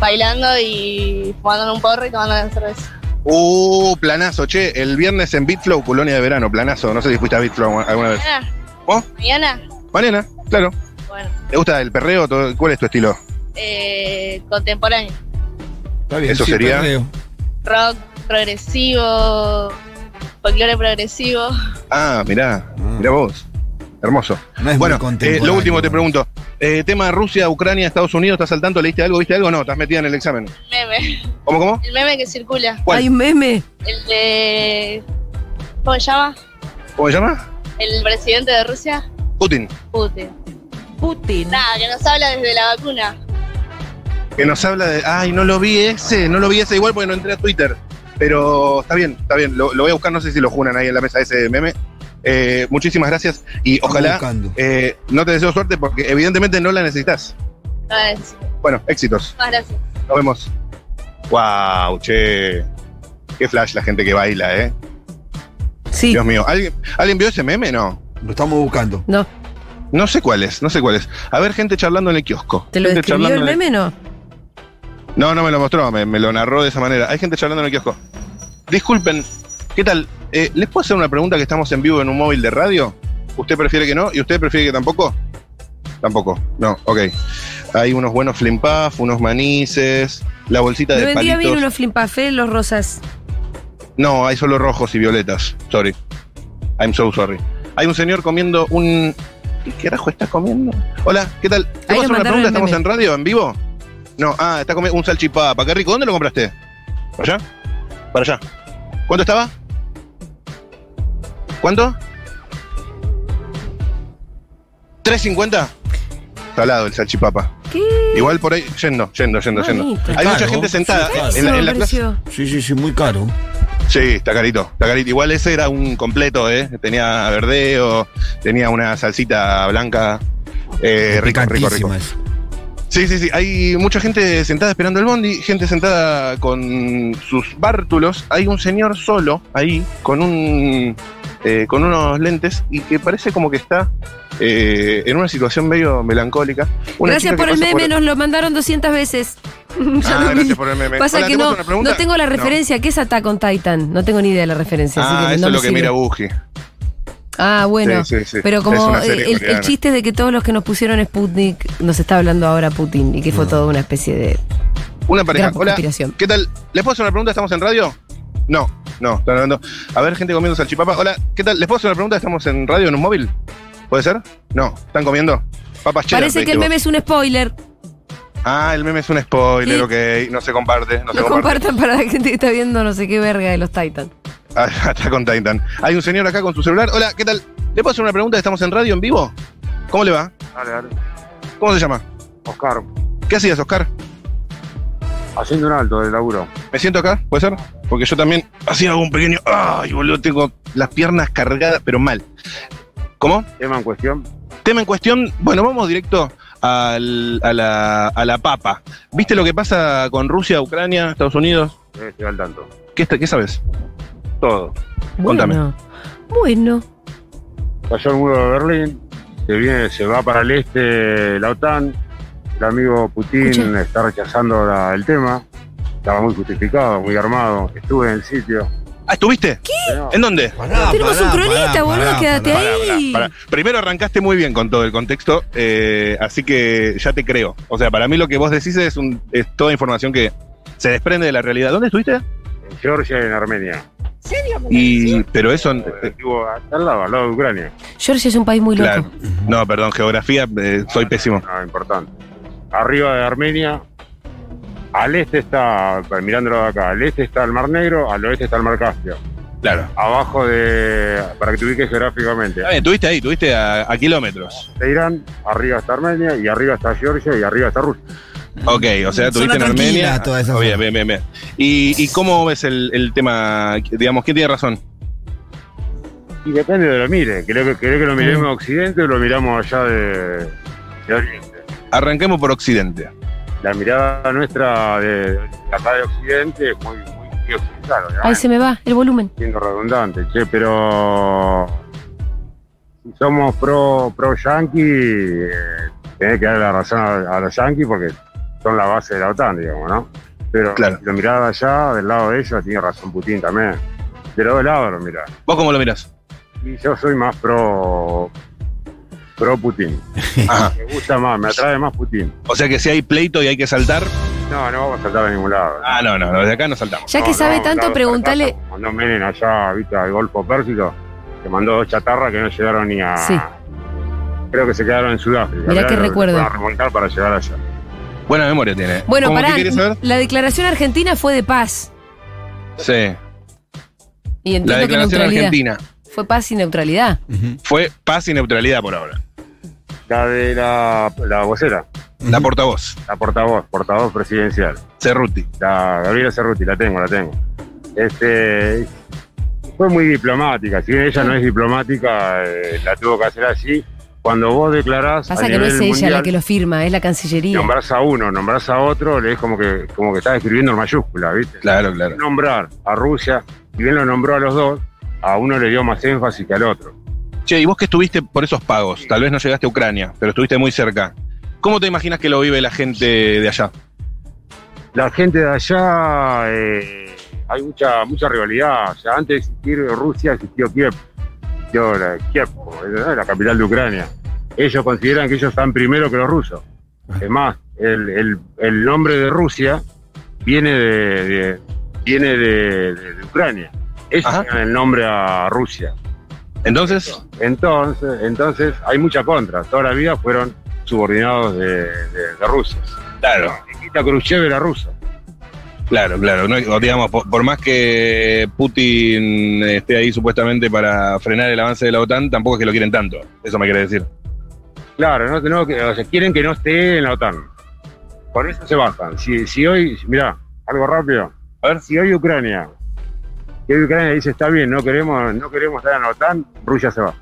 Bailando y fumando un porro y tomando una cerveza. Uh, planazo, che. El viernes en Bitflow, colonia de verano, planazo. No sé si fuiste a Bitflow alguna vez. ¿Mañana? ¿Vos? ¿Mañana? Mañana, claro. Bueno, ¿Te gusta el perreo? Todo- ¿Cuál es tu estilo? eh, contemporáneo. Está bien, Eso sí, sería- perreo. Rock, progresivo, folclore progresivo. Ah, mirá, mirá vos. Hermoso. Mm. No es muy bueno, eh, contemporáneo. lo último te pregunto. Eh, tema Rusia, Ucrania, Estados Unidos, ¿estás al tanto? ¿Leíste algo? ¿Viste algo? No, estás metida en el examen. Meme. ¿Cómo, cómo? El meme que circula. ¿Cuál? Hay un meme. El de. ¿Cómo se llama? ¿Cómo se llama? El presidente de Rusia, Putin. Putin. Putin. Nada, que nos habla desde la vacuna. Que nos habla de. Ay, no lo vi ese, no lo vi ese igual porque no entré a Twitter. Pero está bien, está bien. Lo, lo voy a buscar, no sé si lo junan ahí en la mesa ese meme. Eh, muchísimas gracias y Estamos ojalá buscando. eh, no te deseo suerte porque evidentemente no la necesitas. Ah, es- Bueno, éxitos. Más gracias. Nos vemos. Wow, che. Qué flash la gente que baila, ¿eh? Sí. Dios mío. ¿Alguien, ¿alguien vio ese meme? No. Lo estamos buscando. No, No sé cuál es, no sé cuál es. A ver, gente charlando en el kiosco. ¿te lo Gente describió el charlando en meme no? No, no me lo mostró, me, me lo narró de esa manera. Hay gente charlando en el kiosco. Disculpen, ¿qué tal? Eh, ¿Les puedo hacer una pregunta que estamos en vivo en un móvil de radio? ¿Usted prefiere que no? ¿Y usted prefiere que tampoco? Tampoco, no, ok. Hay unos buenos flimpaf, unos manices, la bolsita Me de vendía palitos. bien unos flimpafé, los rosas. No, hay solo rojos y violetas. Sorry. I'm so sorry. Hay un señor comiendo un. ¿Qué carajo estás comiendo? Hola, ¿qué tal? ¿Te Ahí puedo hacer nos una mandaron pregunta? el ¿Estamos en meme. radio, en vivo? No, ah, está comiendo un salchipapa. Qué rico. ¿Dónde lo compraste? ¿Para allá? Para allá. ¿Cuánto estaba? ¿Cuánto? ¿3.50? Salado el salchipapa. ¿Qué? Igual por ahí, yendo, yendo, yendo, yendo. Mamita. Hay mucha Claro. gente sentada Sí, en la, en la Carísimo, plaza. precio. Sí, sí, sí, muy caro. Sí, está carito, está carito. Igual ese era un completo, ¿eh? Tenía verdeo, tenía una salsita blanca. Eh, rico, rico, rico. Picantísima es. Sí, sí, sí. Hay mucha gente sentada esperando el bondi, gente sentada con sus bártulos. Hay un señor solo ahí con un eh, con unos lentes y que parece como que está eh, en una situación medio melancólica. Una Gracias chica que por el pasa meme, nos lo mandaron 200 veces. <laughs> Ya Ah, lo vi. gracias por el meme. Pasa Hola, que ¿te puedo no, hacer una pregunta? no tengo la No. referencia. ¿Qué es Attack on Titan? No tengo ni idea de la referencia. así Ah, que eso no me es lo que sirve. mira Buji. Ah, bueno. Sí, sí, sí. Pero Es como una serie eh, el, el coreana. chiste es de que todos los que nos pusieron Sputnik nos está hablando ahora Putin y que fue toda una especie de Una pareja. gran Hola, conspiración. ¿Qué tal? ¿Les puedo hacer una pregunta? ¿Estamos en radio? No, no, están hablando. A ver, gente comiendo salchipapa. Hola, ¿qué tal? ¿Les puedo hacer una pregunta? ¿Estamos en radio en un móvil? ¿Puede ser? No, ¿están comiendo? Papas cheddar, Parece que el meme pediste es un spoiler. vos. Ah, el meme es un spoiler, Sí. ok. No se comparte, no se Lo comparte. compartan para la gente que está viendo no sé qué verga de los Titan. Ah, <laughs> Está con Titan. Hay un señor acá con su celular. Hola, ¿qué tal? ¿Le puedo hacer una pregunta? ¿Estamos en radio en vivo? ¿Cómo le va? Dale, dale. ¿Cómo se llama? Oscar, ¿Qué hacías, Oscar? haciendo un alto del laburo. ¿Me siento acá? ¿Puede ser? Porque yo también hacía un pequeño. ¡Ay, boludo! Tengo las piernas cargadas, pero mal. ¿Cómo? Tema en cuestión. Tema en cuestión, bueno, vamos directo al- a, la, a la papa. ¿Viste lo que pasa con Rusia, Ucrania, Estados Unidos? eh, estoy al tanto. ¿Qué, está- qué sabes? Todo. Contame. Bueno. Bueno. Cayó el muro de Berlín, se, viene, se va para el este la OTAN, el amigo Putin Escucha. está rechazando la- el tema, estaba muy justificado, muy armado, estuve en el sitio. Ah, ¿estuviste? No, ¿En dónde? Pará, Tenemos pará, un cronista, pará, boludo, pará, quédate pará. Ah, Pará, ahí. pará, pará. Primero arrancaste muy bien con todo el contexto, eh, así que ya te creo. O sea, para mí lo que vos decís es, un- es toda información que se desprende de la realidad. ¿Dónde estuviste? en Georgia y en Armenia. Y, pero eso, eh, Estuvo al lado, al lado de Ucrania. Georgia es un país muy loco. claro. No, perdón, geografía, eh, soy pésimo. Ah, importante. Arriba de Armenia, al este está, mirándolo de acá, al este está el Mar Negro, al oeste está el Mar Caspio. Claro. Abajo de, para que te ubiques geográficamente, Está bien, Estuviste ahí, estuviste a, a kilómetros. de Irán, arriba está Armenia y arriba está Georgia y arriba está Rusia. Ok, o sea, Zona estuviste en tranquila, Armenia. toda esa Ah, bien, zona. bien, bien, bien. ¿Y, y cómo ves el, el tema? Digamos, ¿quién tiene razón? Y depende de lo mire, creo que, creo que lo Mm. miremos a Occidente o lo miramos allá de, de Oriente. Arranquemos por Occidente. La mirada nuestra de, de acá de Occidente es muy, muy, muy occidental, Ahí obviamente. se me va el volumen. siendo redundante, che, pero si somos pro pro yankee, eh, tenés que dar la razón a, a los yankees porque son la base de la OTAN, digamos, ¿no? Pero Claro. si lo mirás allá, del lado de ellos, tiene razón Putin también. De los dos lados lo mirás. ¿Vos cómo lo mirás? Y yo soy más pro pro Putin. Ajá. Me gusta más, me atrae más Putin. O sea que si hay pleito y hay que saltar. No, no vamos a saltar a ningún lado. Ah, no, no, no, de acá no saltamos. Ya No, que no, sabe no, tanto, no, pregúntale. como Mandó Menem allá, viste, al Golfo Pérsico, que mandó dos chatarras que no llegaron ni a. Sí. Creo que se quedaron en Sudáfrica. Mirá Claro, qué recuerdo. Van a remontar para llegar allá. Buena memoria tiene. Bueno, ¿Cómo, pará. ¿Qué querés saber? La declaración argentina fue de paz. Sí. Y La entiendo que declaración neutralidad. argentina Fue paz y neutralidad. Ujú. fue paz y neutralidad por ahora. La de la, la vocera, La portavoz, la portavoz, portavoz presidencial. Cerruti. La Gabriela Cerruti, la tengo, la tengo. Este. Fue muy diplomática. Si bien ella no es diplomática, eh, la tuvo que hacer así. Cuando vos declarás. Pasa a que no nivel es ella la mundial, que lo firma, es la Cancillería. Nombrás a uno, nombrás a otro, le es como que, como que estás escribiendo en mayúscula, ¿viste? Claro, claro. nombrar a Rusia, y bien lo nombró a los dos, a uno le dio más énfasis que al otro. Che, y vos que estuviste por esos pagos, tal vez no llegaste a Ucrania, pero estuviste muy cerca. ¿Cómo te imaginas que lo vive la gente de allá? La gente de allá, eh, hay mucha mucha rivalidad. O sea, antes de existir Rusia existió Kiev, Yo, la, Kiev, como es, ¿no? la capital de Ucrania. Ellos consideran que ellos están primero que los rusos. Es más, el, el- el nombre de Rusia viene de, de- viene de, de- de Ucrania. Ellos Ajá. le dan el nombre a Rusia. Entonces, Entonces, entonces hay mucha contra. Toda la vida fueron subordinados de, de, de rusos. claro, Nikita Khrushchev era ruso. claro, claro. No, o digamos, por, por más que Putin esté ahí supuestamente para frenar el avance de la OTAN, tampoco es que lo quieren tanto. Eso me quiere decir. Claro, no, no, que- o sea, quieren que no esté en la OTAN. Con eso se bastan. Si, si hoy, mirá, algo rápido. A ver. Si hoy Ucrania, si hoy Ucrania dice está bien, no queremos, no queremos estar en la OTAN, Rusia se va.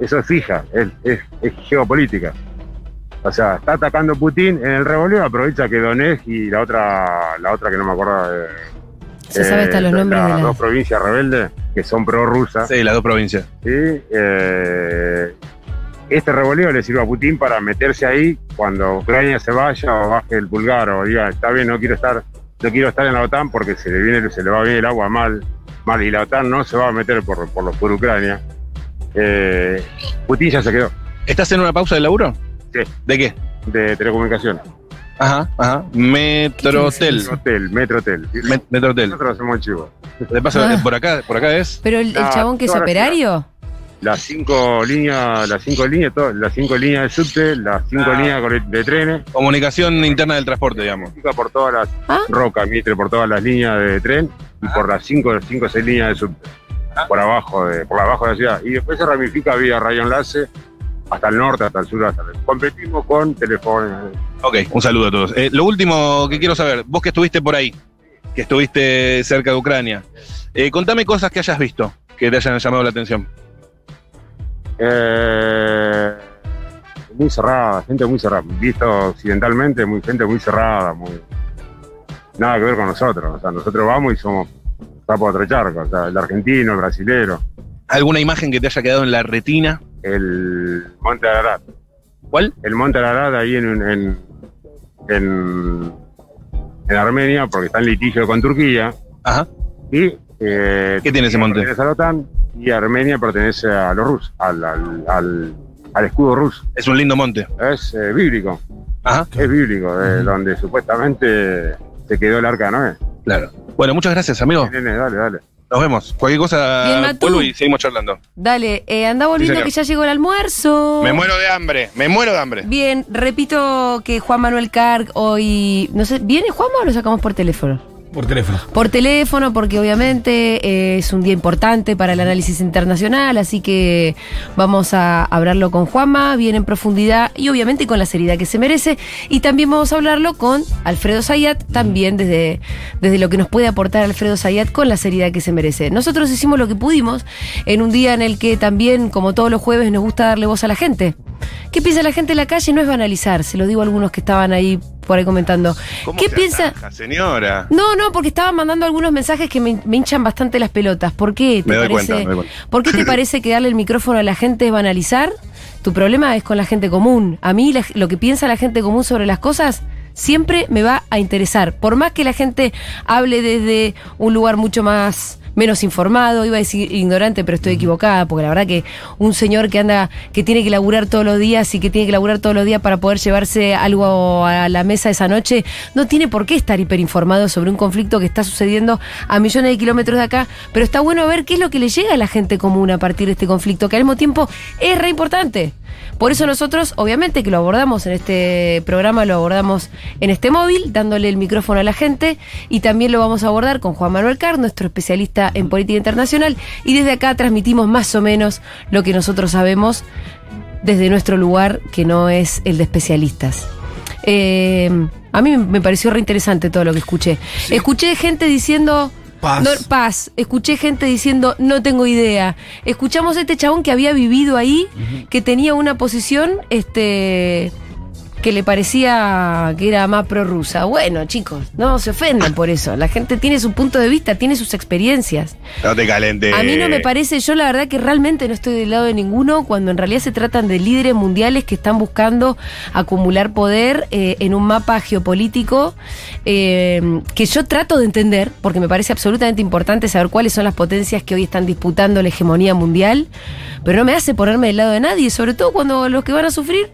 Eso es fija, es, es, es geopolítica. O sea, está atacando Putin en el revoleo, aprovecha que Donetsk y la otra, la otra que no me acuerdo de, Se sabe hasta Eh, los la- nombres de las la. dos provincias rebeldes que son prorrusas. Sí, las dos provincias. ¿sí? Eh, este revoleo le sirve a Putin para meterse ahí cuando Ucrania se vaya o baje el pulgar o diga, está bien, no quiero estar, no quiero estar en la OTAN porque se le viene, se le va bien el agua mal, mal y la OTAN no se va a meter por, por, los- por Ucrania. Eh, Putin ya se quedó ¿Estás en una pausa del laburo? Sí. ¿De qué? de telecomunicaciones. Ajá, ajá. Metrotel. Hotel, Metrotel. Met- Metrotel. Nosotros hacemos el chivo. De paso, Ah. eh, por acá, por acá es. Pero el, el Ah, chabón que es ahora sí. operario. las cinco líneas, las cinco líneas, todo- las cinco líneas de subte, las cinco Ah. líneas de, de trenes, Comunicación interna del transporte, digamos. pica por todas las Ah. rocas, Mitre, por todas las líneas de tren y por las cinco, cinco o seis líneas de subte, por abajo de, por abajo de la ciudad. Y después se ramifica vía rayo enlace hasta el norte, hasta el sur, hasta el Competimos con teléfono. Ok, un saludo a todos. Eh, lo último que quiero saber, vos que estuviste por ahí, que estuviste cerca de Ucrania, eh, contame cosas que hayas visto que te hayan llamado la atención. Eh, muy cerrada, gente muy cerrada. Visto occidentalmente, muy, gente muy cerrada, muy, nada que ver con nosotros. O sea, nosotros vamos y somos tapos de otro charco. O sea, el argentino, el brasilero, ¿Alguna imagen que te haya quedado en la retina? el Monte Ararat. ¿Cuál? El Monte Ararat ahí en, en, en, en Armenia, porque está en litigio con Turquía. Ajá. Y, eh, ¿Qué tiene ese monte? Pertenece a la OTAN y Armenia pertenece a los rusos, al, al, al- al escudo ruso. Es un lindo monte. Es eh, bíblico, Ajá. es bíblico, eh, donde supuestamente se quedó el arca de Noé. Claro. Bueno, muchas gracias, amigo. Nene, dale, dale. Nos vemos. Cualquier Bien, cosa, Matú. vuelvo y seguimos charlando. Dale, eh, anda volviendo señor. que ya llegó el almuerzo. Me muero de hambre, me muero de hambre. Oh. Bien, repito que Juan Manuel Carg hoy. No sé, ¿viene Juanma o lo sacamos por teléfono? Por teléfono. Por teléfono, porque obviamente eh, es un día importante para el análisis internacional, así que vamos a hablarlo con Juanma, bien en profundidad y obviamente con la seriedad que se merece. Y también vamos a hablarlo con Alfredo Zayat, también desde, desde lo que nos puede aportar Alfredo Zayat con la seriedad que se merece. Nosotros hicimos lo que pudimos en un día en el que también, como todos los jueves, nos gusta darle voz a la gente. ¿Qué piensa la gente en la calle? No es banalizar, se lo digo a algunos que estaban ahí por ahí comentando. ¿Cómo ¿Qué se piensa? ataja, señora? No, no, porque estaba mandando algunos mensajes que me, hin- me hinchan bastante las pelotas. ¿Por qué te Me doy parece? cuenta, me doy cuenta. ¿Por qué te parece que darle el micrófono a la gente es banalizar? Tu problema es con la gente común. A mí la- lo que piensa la gente común sobre las cosas siempre me va a interesar. Por más que la gente hable desde un lugar mucho más menos informado, iba a decir ignorante, pero estoy equivocada, porque la verdad que un señor que anda, que tiene que laburar todos los días y que tiene que laburar todos los días para poder llevarse algo a la mesa esa noche, no tiene por qué estar hiperinformado sobre un conflicto que está sucediendo a millones de kilómetros de acá, pero está bueno ver qué es lo que le llega a la gente común a partir de este conflicto, que al mismo tiempo es re importante. Por eso nosotros, obviamente, que lo abordamos en este programa, lo abordamos en este móvil, dándole el micrófono a la gente, y también lo vamos a abordar con Juan Manuel Carr, nuestro especialista en política internacional, y desde acá transmitimos más o menos lo que nosotros sabemos desde nuestro lugar, que no es el de especialistas. Eh, a mí me pareció re interesante todo lo que escuché. Escuché gente diciendo... Paz. No, paz. Escuché gente diciendo, no tengo idea. Escuchamos a este chabón que había vivido ahí, que tenía una posición este, que le parecía que era más prorrusa. Bueno, chicos, no se ofendan por eso. La gente tiene su punto de vista, tiene sus experiencias. No te calentes. A mí no me parece, yo la verdad que realmente no estoy del lado de ninguno cuando en realidad se tratan de líderes mundiales que están buscando acumular poder eh, en un mapa geopolítico eh, que yo trato de entender porque me parece absolutamente importante saber cuáles son las potencias que hoy están disputando la hegemonía mundial, pero no me hace ponerme del lado de nadie, sobre todo cuando los que van a sufrir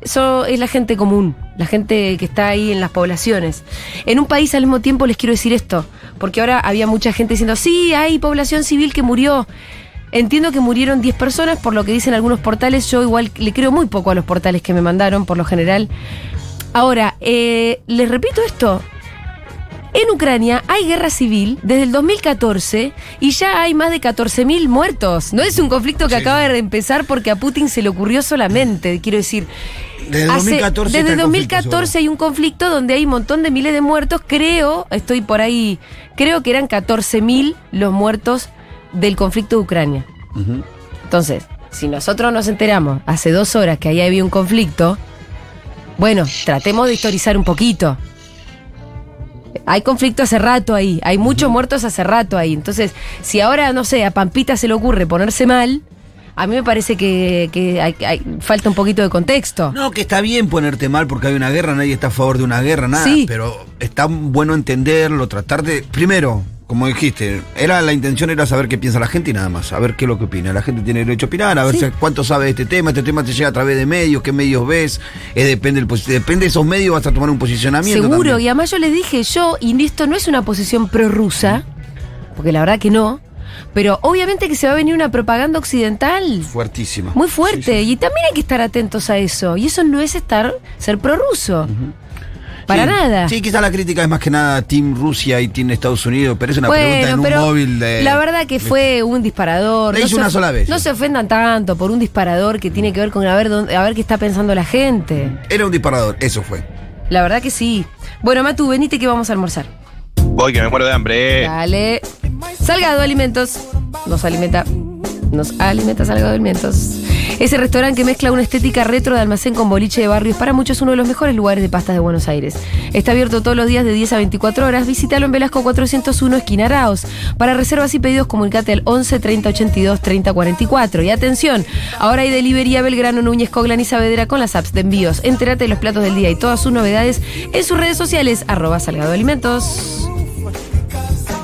eso es la gente común, la gente que está ahí en las poblaciones. En un país al mismo tiempo les quiero decir esto, porque ahora había mucha gente diciendo, sí, hay población civil que murió. Entiendo que murieron 10 personas, por lo que dicen algunos portales, yo igual le creo muy poco a los portales que me mandaron, por lo general. Ahora, eh, les repito esto, en Ucrania hay guerra civil desde el 2014 y ya hay más de 14.000 muertos. No es un conflicto que acaba de empezar porque a Putin se le ocurrió solamente, quiero decir. Desde hace- 2014 está desde el conflicto, 2014 hay un conflicto donde hay un montón de miles de muertos. Creo, estoy por ahí, creo que eran 14.000 los muertos del conflicto de Ucrania. Entonces, si nosotros nos enteramos hace dos horas que ahí había un conflicto, bueno, tratemos de historizar un poquito. Hay conflicto hace rato ahí, hay muchos muertos hace rato ahí. Entonces, si ahora, no sé, a Pampita se le ocurre ponerse mal, a mí me parece que, que hay- hay- falta un poquito de contexto. No, que está bien ponerte mal porque hay una guerra, nadie está a favor de una guerra, nada. Sí. Pero está bueno entenderlo, tratar de. Primero, como dijiste, era la intención era saber qué piensa la gente y nada más, saber qué es lo que opina. La gente tiene derecho a opinar, a ver Sí. si- cuánto sabe de este tema, este tema te llega a través de medios, qué medios ves, eh, depende del posi- depende de esos medios vas a tomar un posicionamiento. Seguro, también. y además yo les dije, yo, y esto no es una posición prorrusa, porque la verdad que no, pero obviamente que se va a venir una propaganda occidental Fuertísima. muy fuerte, y también hay que estar atentos a eso, y eso no es estar, ser prorruso, para Sí. nada. Sí, quizás la crítica es más que nada Team Rusia y Team Estados Unidos, pero es una pregunta en un móvil de. La verdad que fue un disparador. La hice se una of- sola vez. No se ofendan tanto por un disparador que tiene que ver con a ver, dónde- a ver qué está pensando la gente. Era un disparador, eso fue. La verdad que sí. Bueno, Matu, venite que vamos a almorzar. Voy que me muero de hambre. eh. Dale. Salgado Alimentos. Nos alimenta. Nos alimenta Salgado Alimentos. Ese restaurante que mezcla una estética retro de almacén con boliche de barrio es para muchos uno de los mejores lugares de pastas de Buenos Aires. Está abierto todos los días de 10 a 24 horas. Visítalo en Velasco 401 esquina Araos. Para reservas y pedidos comunicate al 11 30 82 30 44. Y atención, ahora hay delivery a Belgrano, Núñez, Coglan y Saavedra con las apps de envíos. Entérate de los platos del día y todas sus novedades en sus redes sociales arroba Salgado Alimentos.